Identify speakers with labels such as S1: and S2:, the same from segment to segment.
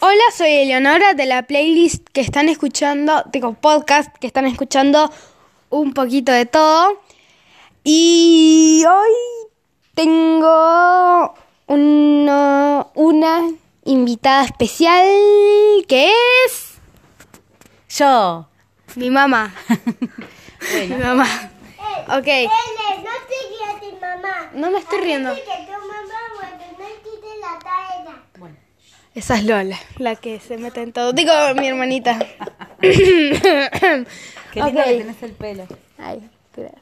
S1: Hola, soy Eleonora de la playlist que están escuchando, digo, podcast que están escuchando un poquito de todo. Y hoy tengo uno- una invitada especial que es
S2: Yo.
S1: mi mamá. Mi mamá. Ok,
S3: Ele, no te rías de mamá.
S1: no me estoy riendo.
S3: Dice que tu mamá cuando no quite la tarea.
S2: Bueno.
S1: Esa es Lola, la que se mete en todo. Digo, mi hermanita.
S2: Qué lindo
S1: Ok.
S2: que tenés el pelo.
S1: Ay, gracias.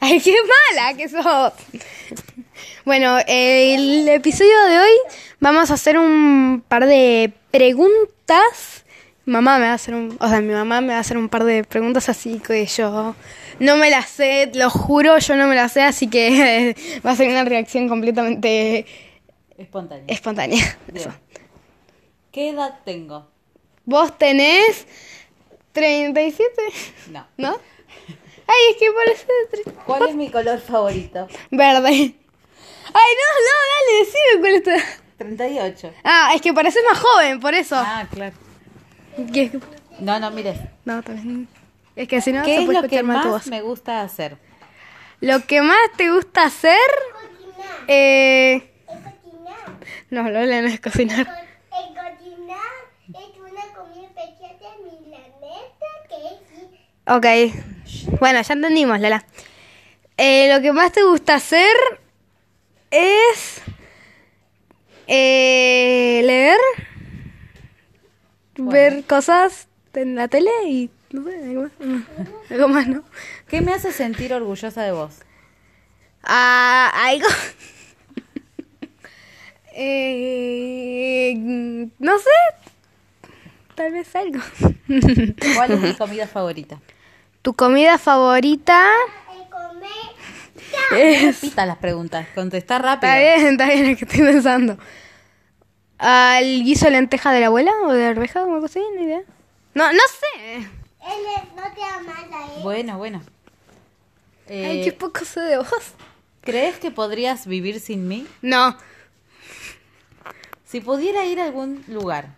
S1: Ay, qué mala que sos. Bueno, el episodio de hoy vamos a hacer un par de preguntas. Mamá me va a hacer un, o sea, mi mamá me va a hacer un par de preguntas así que yo no me las sé, lo juro, yo no me las sé, así que va a ser una reacción completamente
S2: Espontáneo.
S1: espontánea.
S2: Bien.
S1: Eso.
S2: ¿Qué edad tengo?
S1: Vos tenés 37,
S2: No.
S1: ¿no? Ay, es que parece de tre-
S2: ¿Cuál es mi color favorito?
S1: Verde. Ay, no, no, dale, decime cuál es tu-
S2: 38.
S1: Ah, es que pareces más joven, por eso.
S2: Ah, claro.
S1: Que-
S2: No, no, mire.
S1: No, también. Es que si no,
S2: ¿Qué
S1: se
S2: es
S1: puede
S2: lo que
S1: escuchar mal tu voz.
S2: más me gusta hacer?
S1: Lo que más te gusta hacer.
S3: Cocinar.
S1: Eh...
S3: Es cocinar.
S1: No, Lola no es cocinar.
S3: Co- El cocinar es una comida especial de milanesa que es
S1: Ok. Bueno, ya entendimos, Lola. Eh, lo que más te gusta hacer es. eh, leer. Ver cosas en la tele y. No sé, algo más. Ah, Algo más, ¿no?
S2: ¿Qué me hace sentir orgullosa de vos?
S1: Ah, algo. Eh, no sé. Tal vez algo.
S2: ¿Cuál es mi comida favorita?
S1: ¿Tu comida favorita?
S3: el comer.
S1: Es...
S2: Repita las preguntas, contestar rápido.
S1: Está bien, está bien, es que estoy pensando. ¿Al guiso de lenteja de la abuela o de arveja o algo así? Ni idea. No, no
S2: Eh.
S1: sé.
S3: Ele, no te amala, ¿eh?
S2: Bueno, bueno. Eh,
S1: Ay, qué poco sé de vos.
S2: ¿Crees que podrías vivir sin mí?
S1: No.
S2: Si pudiera ir a algún lugar,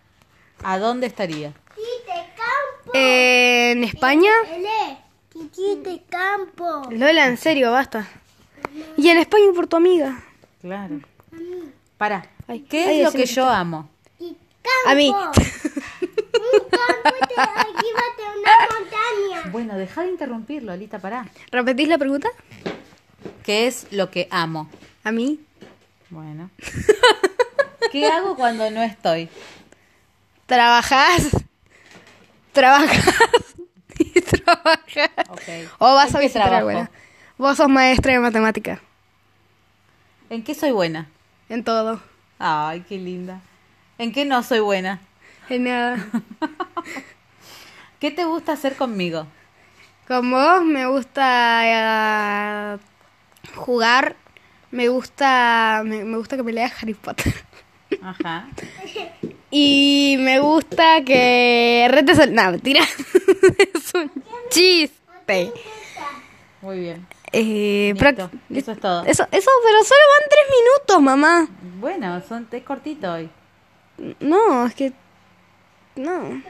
S2: ¿a dónde estaría?
S3: Sí, de campo.
S1: Eh, ¿En España?
S3: Ele, sí, de campo.
S1: Lola, en serio, basta. ¿Y en España por tu amiga?
S2: Claro. Para.
S1: Ay,
S2: ¿Qué es
S1: ay,
S2: lo
S1: sí,
S2: que
S1: me
S2: yo amo?
S3: Y campo.
S1: A mí.
S3: Un campo de arriba de una montaña.
S2: Bueno, deja de interrumpirlo, Alita, pará.
S1: ¿Repetís la pregunta?
S2: ¿Qué es lo que amo?
S1: ¿A mí?
S2: Bueno. ¿Qué hago cuando no estoy?
S1: Trabajás. Trabajás. Y trabajás.
S2: Ok.
S1: O vas
S2: ¿En
S1: a
S2: qué
S1: visitar a
S2: trabajo?
S1: abuela. Vos sos maestra de matemática.
S2: ¿En qué soy buena?
S1: En todo.
S2: Ay, qué linda. ¿En qué no soy buena?
S1: En nada.
S2: ¿Qué te gusta hacer conmigo?
S1: Con vos me gusta eh, jugar. Me gusta. Me, me gusta que me leas Harry Potter.
S2: Ajá.
S1: Y me gusta que retes el. No, mentira. es un chiste.
S2: Muy bien.
S1: Eh,
S2: Listo.
S1: pro-
S2: Eso es todo.
S1: Eso, eso, pero solo van tres minutos, mamá.
S2: Bueno, son, es cortito hoy.
S1: No, es que. No.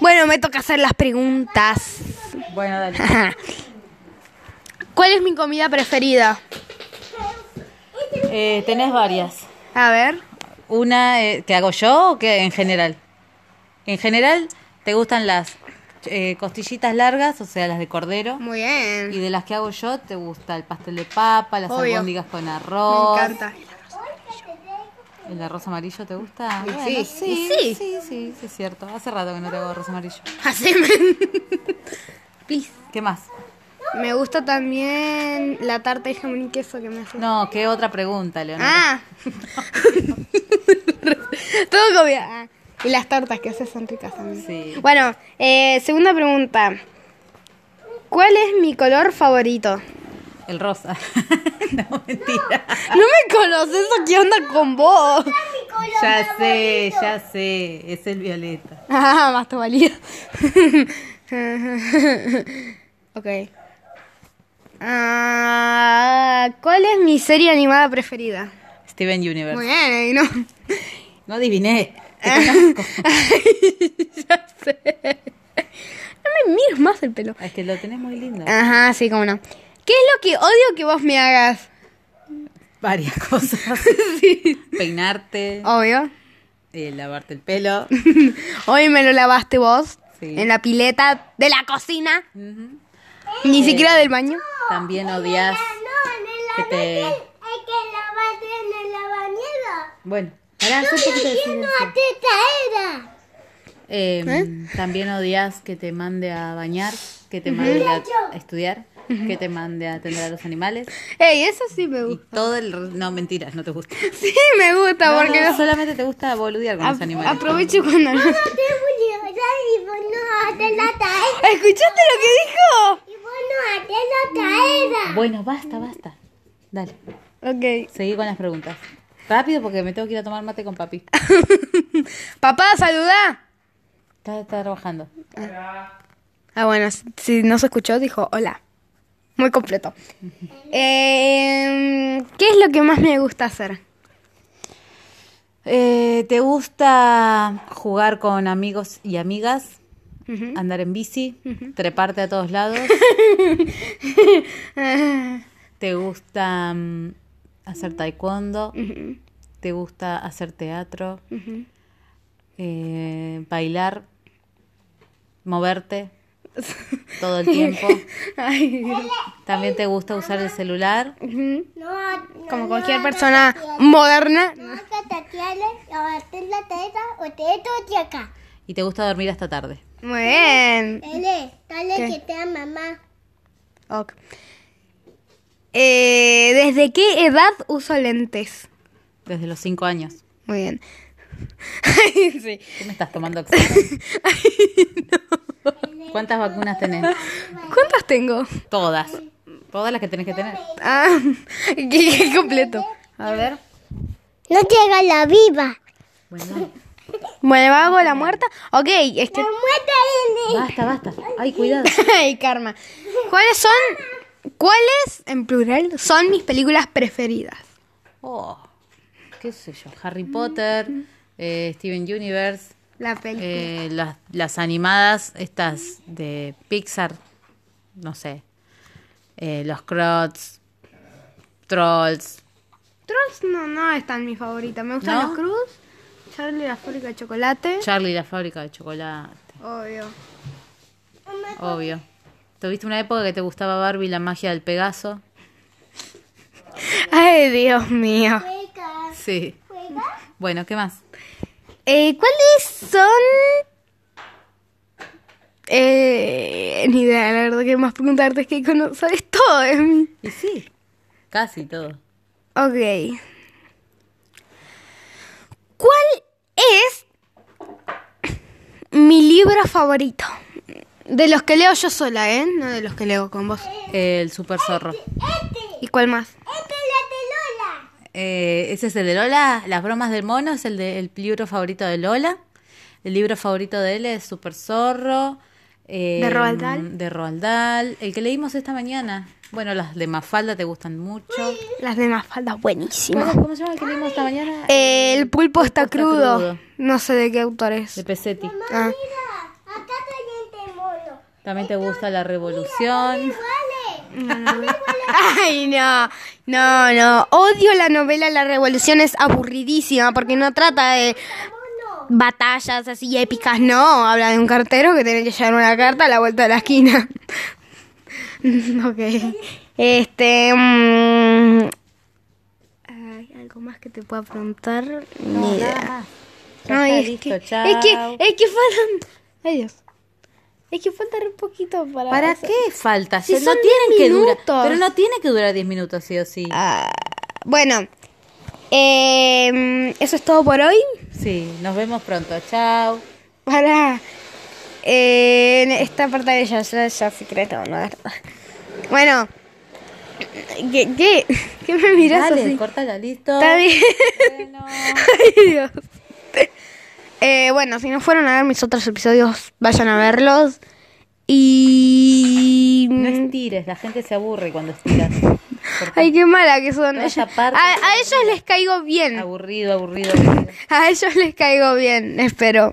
S1: Bueno, me toca hacer las preguntas.
S2: Bueno, dale.
S1: ¿Cuál es mi comida preferida?
S2: Eh, tenés varias.
S1: A ver.
S2: Una eh, que hago yo o que en general. En general, ¿te gustan las eh, costillitas largas, o sea, las de cordero?
S1: Muy
S2: Y
S1: bien.
S2: de las que hago yo, ¿te gusta el pastel de papa, las
S1: Obvio.
S2: albóndigas con
S1: Me
S2: arroz?
S1: encanta.
S2: ¿El arroz amarillo te gusta?
S1: Y
S2: Bueno,
S1: sí,
S2: sí,
S1: y
S2: sí,
S1: sí.
S2: sí, sí, es cierto. Hace rato que no te hago arroz amarillo.
S1: Haceme. Please.
S2: ¿Qué más?
S1: Me gusta también la tarta de jamón y queso que me hace.
S2: No, ¿qué otra pregunta, Leonora?
S1: Ah. Todo comida. Ah. Y las tartas que haces son ricas también.
S2: Sí.
S1: Bueno, eh, segunda pregunta. ¿Cuál es mi color favorito?
S2: El rosa. no, mentira.
S1: No me conoces, ¿qué onda con vos?
S2: Ya sé, ya sé. Es el violeta.
S1: Ah, más te valía. ok. Ah, ¿Cuál es mi serie animada preferida?
S2: Steven Universe.
S1: Muy bien, ¿no?
S2: No adiviné. Te conozco.
S1: ya sé. No me mires más el pelo.
S2: Es que lo tenés muy lindo.
S1: Ajá, sí, cómo no. ¿Qué es lo que odio que vos me hagas?
S2: Varias cosas. Peinarte,
S1: Obvio.
S2: eh, lavarte el pelo.
S1: Hoy me lo lavaste vos.
S2: Sí.
S1: En la pileta de la cocina.
S2: Ujú.
S1: Ni siquiera del baño.
S2: También odias
S3: No, en el
S2: que te...
S3: hay que lavarse en el lavaniego.
S2: Bueno, pará, hace un poquito de
S3: Yo no
S2: silencio.
S3: te traerá.
S2: Eh, También odias que te mande a bañar, que te mande a, a estudiar, que te mande a atender a los animales.
S1: Ey, eso sí me
S2: Y
S1: gusta.
S2: todo el... re- No, mentiras, no te gusta.
S1: Sí me gusta
S2: No,
S1: porque
S2: no,
S1: los-
S2: solamente te gusta boludear con los
S1: ap-
S2: animales.
S1: aprovecho cuando...
S3: No te voy a llevar y vos no te la traerás.
S1: ¿Escuchaste lo que dijo?
S3: Y vos no te la traerás.
S2: Bueno, basta, basta. Dale,
S1: Ok.
S2: seguí con las preguntas. Rápido porque me tengo que ir a tomar mate con papi.
S1: Papá, saluda.
S2: Está, está trabajando.
S1: Ah, bueno, s- si no se escuchó, dijo hola. Muy completo. Eh, ¿Qué es lo que más me gusta hacer?
S2: Eh, ¿Te gusta jugar con amigos y amigas?
S1: Ujú.
S2: Andar en bici, treparte a todos lados. ¿Te gusta mm, hacer taekwondo? ¿Te gusta hacer teatro? Eh, bailar, moverte todo el tiempo.
S1: Ay,
S2: También te gusta usar el celular.
S1: ujú.
S3: No, no,
S1: Como
S3: no,
S1: cualquier
S3: no
S1: persona
S3: te quiere.
S1: moderna.
S3: No que te quieres lavarte en la teta o te tu acá.
S2: Y te gusta dormir hasta tarde.
S1: Muy bien.
S3: Dale, dale
S1: ¿Qué?
S3: que te da mamá.
S1: Ok. Eh, ¿Desde qué edad uso lentes?
S2: Desde los 5 años.
S1: Muy bien. Ay, sí.
S2: ¿Qué me estás tomando? oxígeno? ¿Cuántas vacunas tenés?
S1: ¿Cuántas tengo?
S2: Todas. Todas las que tenés que tener.
S1: Ah, qué, qué completo.
S2: A ver.
S3: No llega la viva.
S2: Bueno,
S1: Bueno, hago la muerta. Ok, este.
S3: La muerte en
S2: basta, basta. Ay, cuidado.
S1: Ay, karma. ¿Cuáles son, cuáles, en plural, son mis películas preferidas?
S2: Oh, qué sé yo. Harry Potter, eh, Steven Universe,
S1: La película.
S2: eh, las, las animadas, estas de Pixar, no sé. Eh, los Crots, Trolls.
S1: Trolls no, no es tan mi favorita. Me gustan
S2: ¿No?
S1: los Cruz, Charlie y la fábrica de chocolate.
S2: Charlie y la fábrica de chocolate,
S1: Obvio.
S2: obvio. Tuviste una época que te gustaba Barbie, la magia del Pegaso.
S1: Ay, Dios mío.
S3: Juega.
S2: Sí.
S3: Juega.
S2: Bueno, ¿qué más?
S1: Eh, ¿Cuáles son? Eh, ni idea, la verdad que más preguntarte es que cono- sabes todo de mí.
S2: Y sí, casi todo.
S1: Ok. ¿Cuál es mi libro favorito? De los que leo yo sola, ¿eh? No de los que leo con vos.
S2: El super zorro.
S1: ¿Y cuál más?
S3: Esta es la de Lola.
S2: Eh, ese es el de Lola. Las bromas del mono es el, de- el libro favorito de Lola. El libro favorito de él es Super Zorro. eh,
S1: ¿De Roald Dahl?
S2: de Roald Dahl. El que leímos esta mañana. Bueno, las de Mafalda te gustan mucho.
S1: Las demás faldas
S2: ¿Cómo
S1: buenísimas.
S2: cómo se llama el que leímos esta mañana?
S1: El pulpo está
S2: está
S1: crudo.
S2: crudo.
S1: No sé de qué autor es.
S2: De Pesetti.
S1: Ah.
S3: Mira, acá está el mono.
S2: También te gusta La Revolución.
S3: Vale.
S1: Ay, no, no, no. Odio la novela La Revolución, es aburridísima porque no trata de batallas así épicas, no. Habla de un cartero que tiene que llevar una carta a la vuelta de la esquina. ok. Este. mm, ay, ¿Algo más que te pueda preguntar? Ni idea.
S2: Ya
S1: Ay,
S2: está
S1: es,
S2: listo,
S1: que, es
S2: chao.
S1: que, es que faltan. Ay, Dios. Es que falta un poquito para.
S2: ¿Para qué falta?
S1: Si
S2: Ya no
S1: son 10
S2: tienen que durar.
S1: minutos.
S2: Pero no tiene que durar 10 minutos, sí o sí.
S1: Ah, bueno, eh, eso es todo por hoy.
S2: Sí, nos vemos pronto. Chao.
S1: Para eh, en esta parte de ya ya, ya secreto, ¿no? La verdad. Bueno, ¿qué, qué, qué me miras
S2: Dale,
S1: así?
S2: córtala, listo.
S1: Está bien.
S2: Bueno.
S1: Ay, Dios. Eh, bueno, si no fueron a ver mis otros episodios, vayan a verlos. Y
S2: No estires, la gente se aburre cuando estiras. porque
S1: Mm. Ay, qué mala que son.
S2: Toda esa
S1: ellas.
S2: parte
S1: a,
S2: es
S1: a ellos les caigo bien.
S2: aburrido, aburrido, aburrido.
S1: A ellos les caigo bien, espero.